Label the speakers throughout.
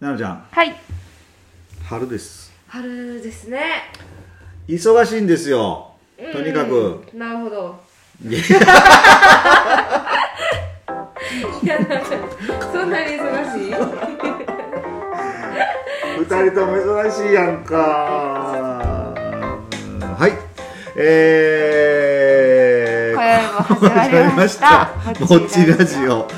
Speaker 1: なのちゃん
Speaker 2: はい
Speaker 1: 春です
Speaker 2: 春ですね
Speaker 1: 忙しいんですよとにかく
Speaker 2: うんなるほど
Speaker 1: いや
Speaker 2: いやなんかそんなに忙しい
Speaker 1: 二人とも珍しいやんかはいえー、
Speaker 2: 今宵も始まりました
Speaker 1: 始まりましたぼっちラジオ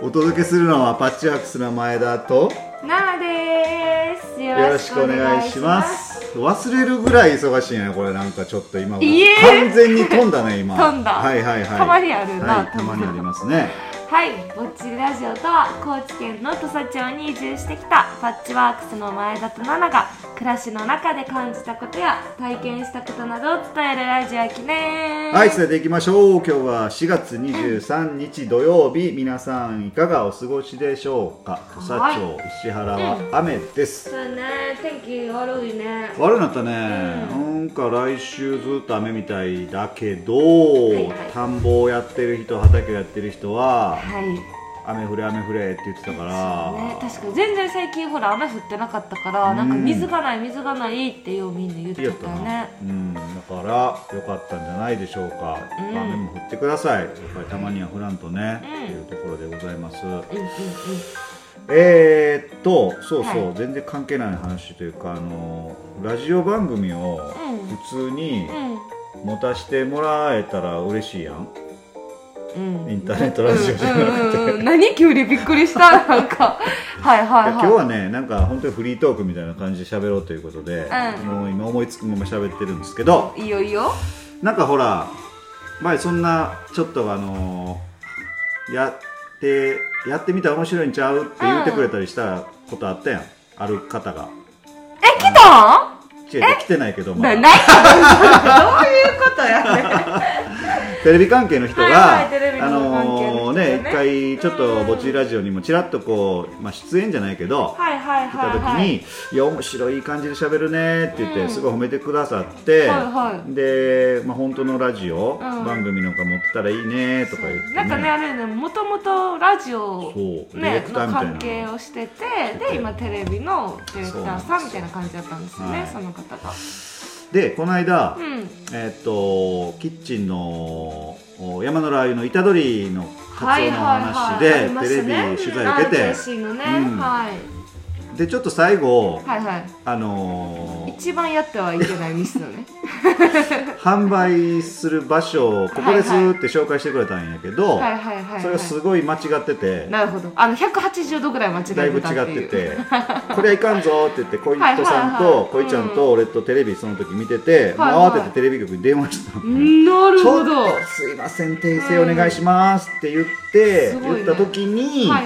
Speaker 1: お届けするのはパッチワークスの前田と
Speaker 2: ななですよ
Speaker 1: よろしくお願いします忘れるぐらい忙しいねこれなんかちょっと今
Speaker 2: いえ
Speaker 1: 完全に飛んだね今
Speaker 2: 飛んだ
Speaker 1: はいはいはい
Speaker 2: たまにあるな
Speaker 1: はい、たまにありますね
Speaker 2: はい、ぼっちりラジオとは高知県の土佐町に移住してきたパッチワークスの前田と奈々が暮らしの中で感じたことや体験したことなどを伝えるラジオやきね
Speaker 1: はい、伝えていきましょう。今日は4月23日土曜日、皆さんいかがお過ごしでしょうか。土佐
Speaker 2: はい
Speaker 1: 町石原は雨です。
Speaker 2: そうね天気悪いね
Speaker 1: 悪くなったね、なんか来週ずっと雨みたいだけど、
Speaker 2: いはい
Speaker 1: 田んぼをやってる人畑をやってる人は
Speaker 2: はい
Speaker 1: 雨降れ雨降れって言ってたか
Speaker 2: ね、
Speaker 1: ら、
Speaker 2: 確かに全然最近ほら雨降ってなかったから、
Speaker 1: うん
Speaker 2: なんか水がない水がないってようみんな言
Speaker 1: い
Speaker 2: っ
Speaker 1: いや
Speaker 2: て
Speaker 1: った
Speaker 2: た
Speaker 1: な
Speaker 2: よね
Speaker 1: うん、だから良かったんじゃないでしょうか、
Speaker 2: うん
Speaker 1: 雨も降ってくださいやっぱりたまには降らんとね、
Speaker 2: う
Speaker 1: っていうと
Speaker 2: ん
Speaker 1: ころでございます、
Speaker 2: うんうんうん
Speaker 1: えーっとそうそう、
Speaker 2: はい
Speaker 1: 全然関係ない話というかあのラジオ番組を
Speaker 2: ん
Speaker 1: 普通に
Speaker 2: う
Speaker 1: 持たしてもらえたら嬉しいやん、
Speaker 2: んうん
Speaker 1: インターネットラジオじゃなくて、
Speaker 2: うんうんうんうん何急にびっくりしたなん かはいはいはい
Speaker 1: 今日はねなんか本当にフリートークみたいな感じで喋ろうということで、
Speaker 2: うん
Speaker 1: もう今思いつくまま喋ってるんですけど
Speaker 2: いいよいいよ
Speaker 1: なんかほら前そんなちょっとあのやってやってみたら面白いんちゃうって言ってくれたりしたことあったやん、ある方が
Speaker 2: え来たん
Speaker 1: 違う来てないけど、ま
Speaker 2: な
Speaker 1: あ
Speaker 2: ない かどういうことやね
Speaker 1: テレビ関係の人が、
Speaker 2: はいはいテレビ
Speaker 1: あ
Speaker 2: の関
Speaker 1: の
Speaker 2: 係の人
Speaker 1: ー
Speaker 2: がね
Speaker 1: ね、一回ちょっと
Speaker 2: うん
Speaker 1: ぼっちりラジオにもちらっとこう、まあ、出演じゃないけど、
Speaker 2: はいはい
Speaker 1: 来た
Speaker 2: はい
Speaker 1: 時に、、
Speaker 2: はいい
Speaker 1: や面白い感じで喋るねって言って、
Speaker 2: うん
Speaker 1: すごい褒めてくださって、
Speaker 2: はいは
Speaker 1: で、まあ、本当のラジオ、
Speaker 2: ん
Speaker 1: 番組なんか持ってたらいいねとか言って、
Speaker 2: なんかねあれねもともとラジオ
Speaker 1: そうディレ
Speaker 2: ね
Speaker 1: ク
Speaker 2: の
Speaker 1: ターみたいな
Speaker 2: 関係をしててで今テレビのディレクターさんみたいな感じだったんですよね
Speaker 1: そ
Speaker 2: その方が
Speaker 1: でこの間、
Speaker 2: うん
Speaker 1: えーっとキッチンのお山のラー油の虎取のカツオの話で、テレビ取材受けて、
Speaker 2: RKC のね、
Speaker 1: うん
Speaker 2: はい、
Speaker 1: でちょっと最後、
Speaker 2: はいはい
Speaker 1: あのー
Speaker 2: 一番やってはいけないミスだね
Speaker 1: 販売する場所をここですって紹介してくれたんやけど、
Speaker 2: はいはいはい、は い、
Speaker 1: それがすごい間違ってて、
Speaker 2: なるほどあの180度ぐらい間違えてた
Speaker 1: だいぶ
Speaker 2: っていう
Speaker 1: 違ってて「これはいかんぞ」って言って小一さん
Speaker 2: はいはい
Speaker 1: と
Speaker 2: はい
Speaker 1: 小一ちゃんと俺とテレビその時見てて、
Speaker 2: はい
Speaker 1: もう
Speaker 2: はい
Speaker 1: 慌ててテレビ局に電話したの。
Speaker 2: なる
Speaker 1: ちょ
Speaker 2: ほ
Speaker 1: っ
Speaker 2: どは
Speaker 1: とすいません訂正お願いしますって言って、
Speaker 2: うんすご
Speaker 1: 言
Speaker 2: いね
Speaker 1: った時に、
Speaker 2: いはい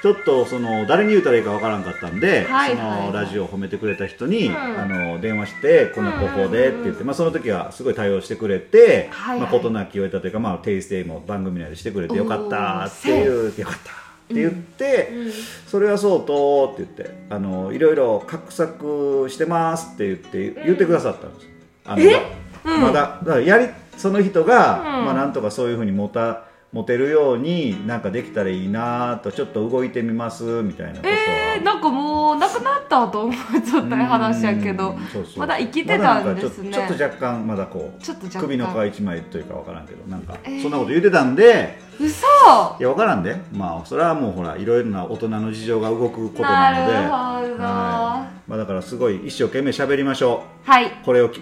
Speaker 1: ちょっとその誰に言うたらいいかわからんかったんで、
Speaker 2: はい
Speaker 1: そ
Speaker 2: は
Speaker 1: の
Speaker 2: い
Speaker 1: ラジオを褒めてくれた人に、
Speaker 2: うん
Speaker 1: あの電話してこの方法でって言
Speaker 2: う
Speaker 1: っ
Speaker 2: んうん
Speaker 1: て、まあ、その時はすごい対応してくれて、
Speaker 2: はいは
Speaker 1: ま
Speaker 2: い
Speaker 1: あ、事なきを得たというか、まあ、訂正も番組内でしてくれてよかったっていうよかったって言って、
Speaker 2: うん
Speaker 1: それはそうとって言ってあのいろいろ画策してますって言って言ってくださったんですよ。あの
Speaker 2: えうん
Speaker 1: まだだからやりその人が、
Speaker 2: うん
Speaker 1: まあ、なんとかそういうふうに持た持てるようになんかできたらいいなとちょっと動いてみますみたいなことは、
Speaker 2: えー、なんかもうなくなったと思っちゃったね話やけ
Speaker 1: う
Speaker 2: ど
Speaker 1: んそうそう
Speaker 2: まだ生きてたんですね
Speaker 1: まだなんかちょちょっと若干まだこう
Speaker 2: ちょっと若干
Speaker 1: 首の皮一枚というかわからんけどなんか
Speaker 2: えー
Speaker 1: そんなこと言ってたんで、
Speaker 2: うそ
Speaker 1: いやわからんでまあそれはもうほらいろいろな大人の事情が動くことなので
Speaker 2: なるほど
Speaker 1: はいまあ、だからすごい一生懸命喋りましょ
Speaker 2: はい、
Speaker 1: うこれをき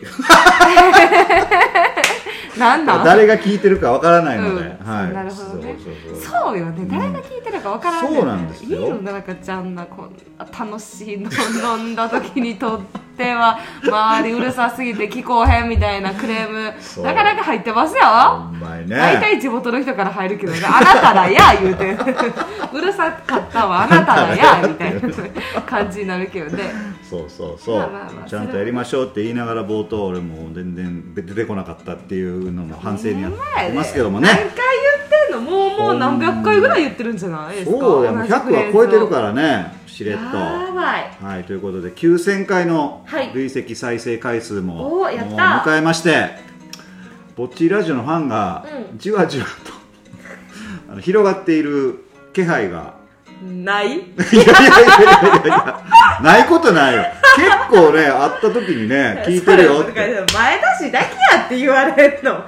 Speaker 2: なんな ん
Speaker 1: 誰が聞いてるかわからないので、
Speaker 2: うん
Speaker 1: はい
Speaker 2: なるほどね
Speaker 1: そうそうそう
Speaker 2: そうよね、誰が聞いてるかわからんね
Speaker 1: そうなんですよ
Speaker 2: いいのなかちゃんなこんな楽しいの飲んだ時にとっては周りうるさすぎて聞こえへんみたいなクレー
Speaker 1: そう
Speaker 2: ムなかなか入ってますよ
Speaker 1: ほんまいね
Speaker 2: 大体地元の人から入るけどね、あなたらや言うて うるさかったわあなた らやみたいな感じになるけどね
Speaker 1: そうそうそう、
Speaker 2: まあまあまあ
Speaker 1: ちゃんとやりましょうって言いながら冒頭俺も全然出てこなかったっていうのも反省になってますけども
Speaker 2: 何回
Speaker 1: ね
Speaker 2: 言ってんのもうもう何百回ぐらい言ってるんじゃないですか
Speaker 1: そうやもう100は超えてるかららねしれっと
Speaker 2: やばい
Speaker 1: はいということで9000回の
Speaker 2: はい
Speaker 1: 累積再生回数も,、
Speaker 2: おーやった
Speaker 1: もう迎えましてぼっちりラジオのファンが
Speaker 2: う
Speaker 1: じわじわと、あの広がっている気配が
Speaker 3: ない
Speaker 1: いやいやいやいやいやないことないよ結構ね会った時に ね聞いてるよ
Speaker 2: そ
Speaker 1: っ
Speaker 2: うだ
Speaker 1: て
Speaker 2: から前田市だけやって言われんのなんか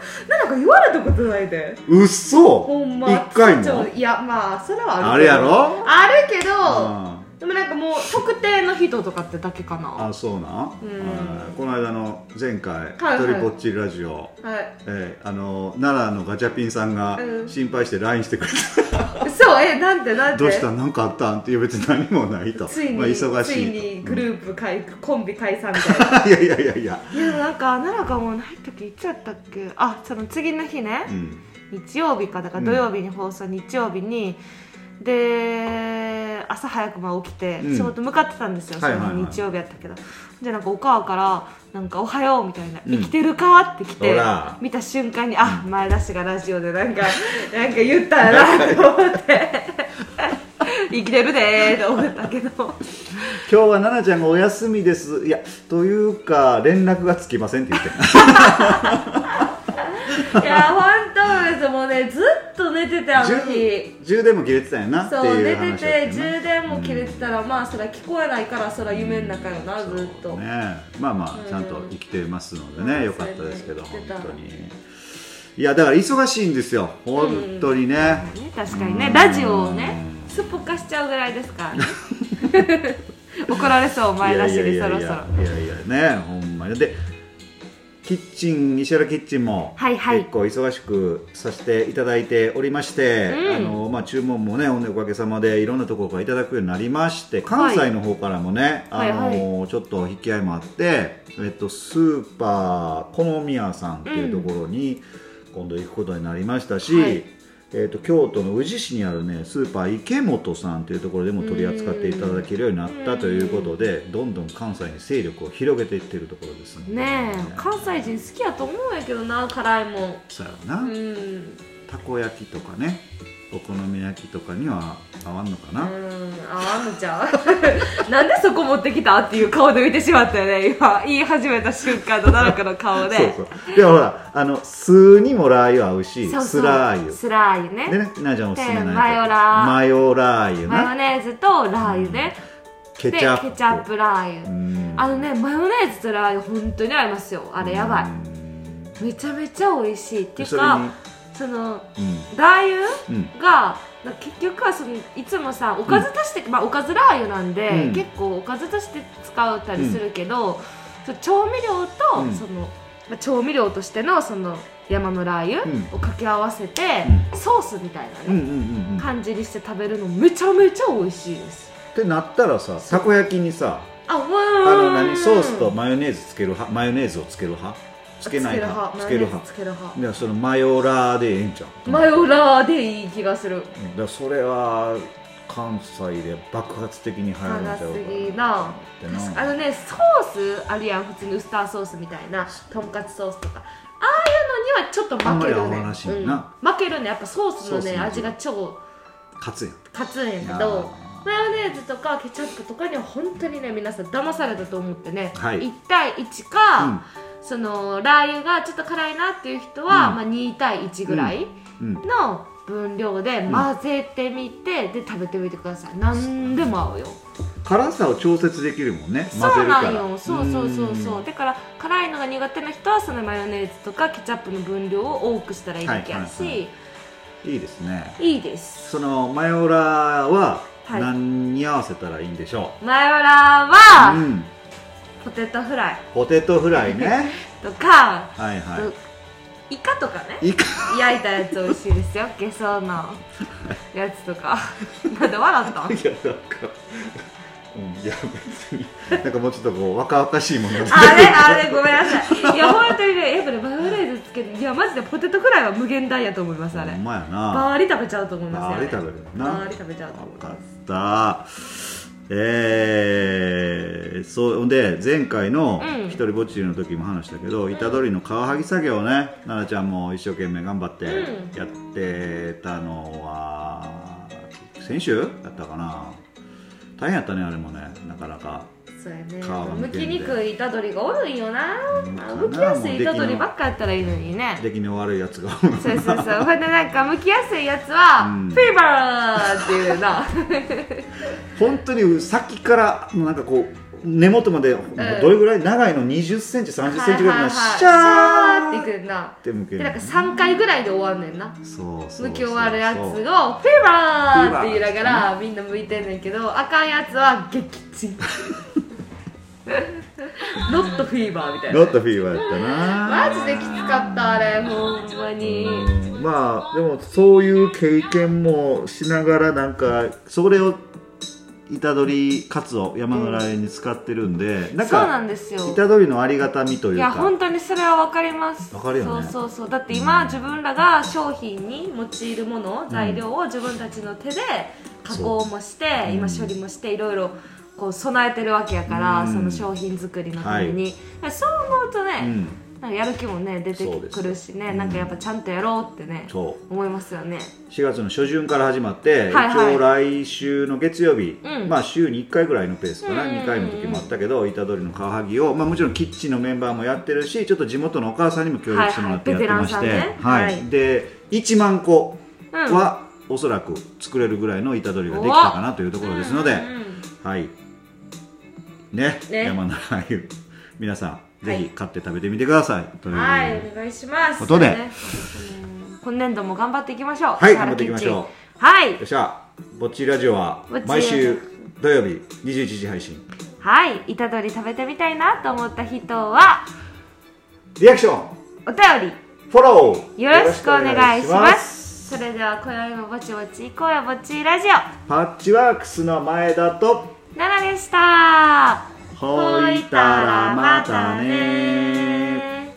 Speaker 2: 言われたことないで
Speaker 1: うっそ
Speaker 2: ほんま
Speaker 1: 一回も
Speaker 2: ちょいやまあそれは
Speaker 1: あ
Speaker 2: ある
Speaker 1: れ
Speaker 2: けど
Speaker 1: やろ
Speaker 2: あるけど
Speaker 1: あ
Speaker 2: でもなんかもう特定の人とかってだけかなは
Speaker 1: あそうなん
Speaker 2: ん
Speaker 1: はいこの間の前回「
Speaker 2: はい
Speaker 1: 一人ぼっちラジオ」
Speaker 2: い
Speaker 1: えーあの奈良のガチャピンさんが
Speaker 2: うん
Speaker 1: 心配して LINE してくれて
Speaker 2: そうえなんてなん
Speaker 1: 「
Speaker 2: て
Speaker 1: どうした何かあったん?」って言う別に何もないと
Speaker 2: ついに、
Speaker 1: まあ、忙
Speaker 2: つ
Speaker 1: し
Speaker 2: い
Speaker 1: いと
Speaker 2: にグループ解、コンビ解散みた いな
Speaker 1: いやいやいやいや、
Speaker 2: いやなんか奈良がもうない時いつやったっけあその次の日ね
Speaker 1: う、ん、
Speaker 2: 日曜日かだから土曜日に放送、日曜日にで朝早くまで起きて、
Speaker 1: うん
Speaker 2: 仕事向かってたんですよ、
Speaker 1: はいはいはい
Speaker 2: その日曜日やったけどじゃあなんかお母から「なんかおはよう」みたいな「
Speaker 1: うん
Speaker 2: 生きてるか?」って来て
Speaker 1: ほら
Speaker 2: 見た瞬間に「あ前田氏がラジオでなんかなんか言ったらな」と思 って「生きてるで」と思った けど。
Speaker 1: 今日は奈々ちゃんがお休みですいやというか連絡がつきませんって言って
Speaker 2: いや本当ですもうねずっと寝てて あの日
Speaker 1: 充充電も切れてたんやなって
Speaker 2: そう
Speaker 1: い
Speaker 2: 寝
Speaker 1: う話だ
Speaker 2: て
Speaker 1: ったよ
Speaker 2: て
Speaker 1: な
Speaker 2: 充電も切れてたら、まあそりゃ聞こえないからそりゃ夢の中よな、ずっと、
Speaker 1: ねまあまあちゃんと生きてますのでね、
Speaker 2: うん
Speaker 1: よかったですけど
Speaker 2: そう
Speaker 1: 本
Speaker 2: ですね
Speaker 1: 当にいやだから忙しいんですよ本当にね、
Speaker 3: ね確かにねラジオをね
Speaker 2: すっぽかしちゃうぐらいで すからね怒られそう前出しにそろ
Speaker 1: いや
Speaker 2: そろ
Speaker 1: いやいやねほんまにでキッチン石原キッチンも
Speaker 3: はいはい
Speaker 1: 結構忙しくさせていただいておりまして、
Speaker 3: うん
Speaker 1: あのまあ、注文もねほんでおかげさまでいろんなところからいただくようになりまして関西の方からもね、
Speaker 3: はい
Speaker 1: あのちょっと引き合いもあって、えっと、スーパーこのみやさんっていうところに今度行くことになりましたし、
Speaker 3: はい
Speaker 1: えっと京都の宇治市にある、ね、スーパー池本さんというところでも取り扱っていただけるようになったということでどんどん関西に勢力を広げていってるところです
Speaker 3: ねえ関西人好きやと思うんやけどな辛いもん
Speaker 1: そうやろな、
Speaker 2: うん
Speaker 1: たこ焼きとかねお好み焼きとかには合わんのかな、
Speaker 2: うんああのちゃん なんでそこ持ってきたっていう顔で見てしまったよね今言い始めた瞬間の奈良くの顔で
Speaker 1: そうそうでもほらあの酢にもラー油合うし
Speaker 3: そうそう
Speaker 1: 酢ラー油
Speaker 3: スラー油ね
Speaker 1: でねなちゃんおすすめなやつ
Speaker 3: でマヨラー
Speaker 1: マヨラー油
Speaker 3: マヨ
Speaker 1: な
Speaker 3: ネーズとラー油ね
Speaker 1: ケ
Speaker 3: で
Speaker 1: チャップ
Speaker 3: ケチャップラー
Speaker 1: う
Speaker 3: 油
Speaker 1: ん
Speaker 3: あのねマヨネーズとラー油本当に合いますよあれやばいめちゃめちゃ美味しいっていう
Speaker 1: それに
Speaker 3: かその
Speaker 1: う
Speaker 3: ラー油
Speaker 1: んうん
Speaker 3: がなんか結局はそのいつもさおかず足して、まあ、おかずラー油なんで、
Speaker 1: うん
Speaker 3: 結構おかず足して使ったりするけど、その調味料と、
Speaker 1: うん
Speaker 3: そのまあ調味料としてのその山のラー
Speaker 1: うん
Speaker 3: 油を掛け合わせて、ソースみたいな、ね
Speaker 1: うんうんうんうん
Speaker 3: 感じにして食べるのめちゃめちゃ美味しいです
Speaker 1: ってなったらさたこ焼きにさ
Speaker 3: あわ
Speaker 1: あ
Speaker 3: ー
Speaker 1: の何ソースとマヨネーズつける派マヨネーズをつける派つけない派
Speaker 2: つ
Speaker 1: つ
Speaker 2: け
Speaker 1: け
Speaker 2: る
Speaker 1: る
Speaker 2: 派
Speaker 1: 派
Speaker 2: つける派
Speaker 1: いやそのマヨラーでええんちゃう
Speaker 2: マヨラーでいい気がする
Speaker 1: うんだからそれは関西で爆発的に流行るんちゃうか
Speaker 2: 高すぎな
Speaker 1: ってな
Speaker 2: あのねソースあるやん普通のウスターソースみたいなとんかつソースとかああいうのにはちょっと
Speaker 1: あんま
Speaker 2: 負け
Speaker 1: り
Speaker 2: る
Speaker 1: 合わなしや
Speaker 2: ね、
Speaker 1: んな
Speaker 2: うん負けるねやっぱソースの
Speaker 1: ソース
Speaker 2: ね
Speaker 1: の味
Speaker 2: 味が超
Speaker 1: 勝つやん
Speaker 2: 立つんやけ
Speaker 1: いや
Speaker 2: ど
Speaker 1: ー
Speaker 2: マヨネーズとかケチャップとかには本当にね皆さん騙されたと思ってね、
Speaker 1: はい
Speaker 2: 1対1か、そのラー油がちょっと辛いなっていう人は、
Speaker 1: うん
Speaker 2: まあ、2対1ぐらい
Speaker 1: うん
Speaker 2: の分量で
Speaker 1: ん
Speaker 2: 混ぜてみて、で食べてみてください何でも合うよ
Speaker 1: 辛さを調節できるもんね
Speaker 3: そ
Speaker 1: 混ぜ
Speaker 3: う
Speaker 1: るから
Speaker 3: なんよそうそうそうそううだから辛いのが苦手な人はそのマヨネーズとかケチャップの分量を多くしたらいいだけやし、
Speaker 1: はいい
Speaker 3: い
Speaker 1: はいんいいですね
Speaker 3: です
Speaker 1: そのマヨラーは
Speaker 3: はい
Speaker 1: 何に合わせたらいいんでしょ
Speaker 2: マヨラー
Speaker 1: う、
Speaker 2: は
Speaker 1: うん
Speaker 2: ポテトフライ
Speaker 1: ポテトフラ イね
Speaker 2: とか
Speaker 1: はいは
Speaker 2: イカとかね
Speaker 1: いいか
Speaker 2: 焼いたやつ美味しいですよゲソのやつとか なんで笑ったん
Speaker 1: いやなんか、うん、いや別になんかもうちょっとこう若々しいものが出て
Speaker 2: あれあれごめんなさいいや本当にねやっぱねマヨネーズつけていやマジでポテトフライは無限大やと思いますあれ
Speaker 1: ほんまや
Speaker 2: バ
Speaker 1: な
Speaker 2: ーリ食べちゃうと思いますよ、
Speaker 1: バ
Speaker 2: ね、
Speaker 1: ーリ食べるよな
Speaker 2: バーリ食べちゃうと思い
Speaker 1: 分
Speaker 2: ま
Speaker 1: か
Speaker 2: す
Speaker 1: ったえー、そうほんで前回の
Speaker 3: うん
Speaker 1: 一人ぼっちの時も話したけど、板取りの皮剥ぎ作業をね奈々ちゃんも一生懸命頑張って
Speaker 3: う
Speaker 1: やってたのは、先週だったかな大変やったねあれもねなかなか
Speaker 4: そうやね
Speaker 1: 皮はむ
Speaker 4: む
Speaker 1: け
Speaker 4: き
Speaker 1: んで
Speaker 4: にくいイタドリがおるんよな
Speaker 1: うんかな
Speaker 4: むきやす
Speaker 1: もう
Speaker 4: い
Speaker 1: 出
Speaker 4: イ
Speaker 1: 来の
Speaker 4: タドリばっかやったらいいのにね
Speaker 1: 出来の悪いやつが
Speaker 4: そうそうそうほんでなんかむきやすいやつは、
Speaker 1: うん
Speaker 4: フィーバーっていうな
Speaker 1: 本当に先からなんかこう根元までどれぐらい長いの2 0センチ3 0センチぐらいのシャ
Speaker 4: シャー
Speaker 1: ー
Speaker 4: っ
Speaker 1: ってて
Speaker 4: いくな
Speaker 1: 向け
Speaker 4: で
Speaker 1: る
Speaker 4: なんか3回ぐらいで終わんねんな
Speaker 1: そうそうそう
Speaker 4: 向き終わるやつをフィーバーって言いながらみんな向いてんねんけどあかんやつは激鎮 ノットフィーバーみたいな
Speaker 1: ノットフィーバーやったな
Speaker 4: マジできつかったあれほんまに
Speaker 1: うんまあでもそういう経験もしながらなんかそれを虎取カツオ山のラーに使ってるんで、なん
Speaker 2: そうな
Speaker 1: か
Speaker 2: んですよ
Speaker 1: 虎取のありがたみというか
Speaker 2: いや本当にそれは分かります
Speaker 1: わかるよね
Speaker 2: そうそうそうだって今自分らが商品に用いるもの材料を自分たちの手で加工もして、
Speaker 1: う
Speaker 2: 今処理もしていろいろこう備えてるわけやから、
Speaker 1: うん
Speaker 2: その商品作りのために、そう思うと
Speaker 1: う
Speaker 2: ね、
Speaker 1: ん、
Speaker 2: なんかやる気もね出て
Speaker 1: そうです
Speaker 2: くるしね、
Speaker 1: うん
Speaker 2: なんかやっぱちゃんとやろうってね
Speaker 1: そう
Speaker 2: 思いますよね
Speaker 1: 4月の初旬から始まって、
Speaker 2: はいはい
Speaker 1: 一応来週の月曜日、
Speaker 2: うん
Speaker 1: まあ週に1回ぐらいのペースかな、
Speaker 2: うんうんうん
Speaker 1: 2回の時もあったけど虎取のカワハギを、まあ、もちろんキッチンのメンバーもやってるしちょっと地元のお母さんにも協力してもらってやってまして、
Speaker 2: はいはいベテランさんね
Speaker 1: はい
Speaker 2: はい
Speaker 1: で1万個
Speaker 2: うん
Speaker 1: は、おそらく作れるぐらいの虎取ができたかなというところですので、
Speaker 2: うんうん
Speaker 1: はいね
Speaker 4: ね
Speaker 1: 山のラー油皆さんぜ
Speaker 4: は
Speaker 1: ひ
Speaker 4: い
Speaker 1: 買って食べてみてください、という
Speaker 4: はいお願いします
Speaker 1: ことで
Speaker 4: ね
Speaker 2: うん今年度も頑張っていきましょう
Speaker 1: はい
Speaker 2: 木原
Speaker 1: 頑張っていきましょう
Speaker 2: キッチンはい
Speaker 1: よっしゃぼっちラジオは
Speaker 2: ぼっちラ
Speaker 1: 毎
Speaker 2: ジオ
Speaker 1: 週土曜日21時配信
Speaker 2: はい、イタドリ食べてみたいなと思った人は
Speaker 1: リアクション
Speaker 2: お便
Speaker 1: フォロー
Speaker 2: りよろしくお願いし
Speaker 1: よろ
Speaker 2: ま
Speaker 1: しくお願いし
Speaker 2: すそれでは今宵もぼちぼち行こうよぼっちいラジオ
Speaker 1: パッチワークスの前田と
Speaker 2: 奈々でした
Speaker 1: ほいたらまたね
Speaker 2: ほいたらまたね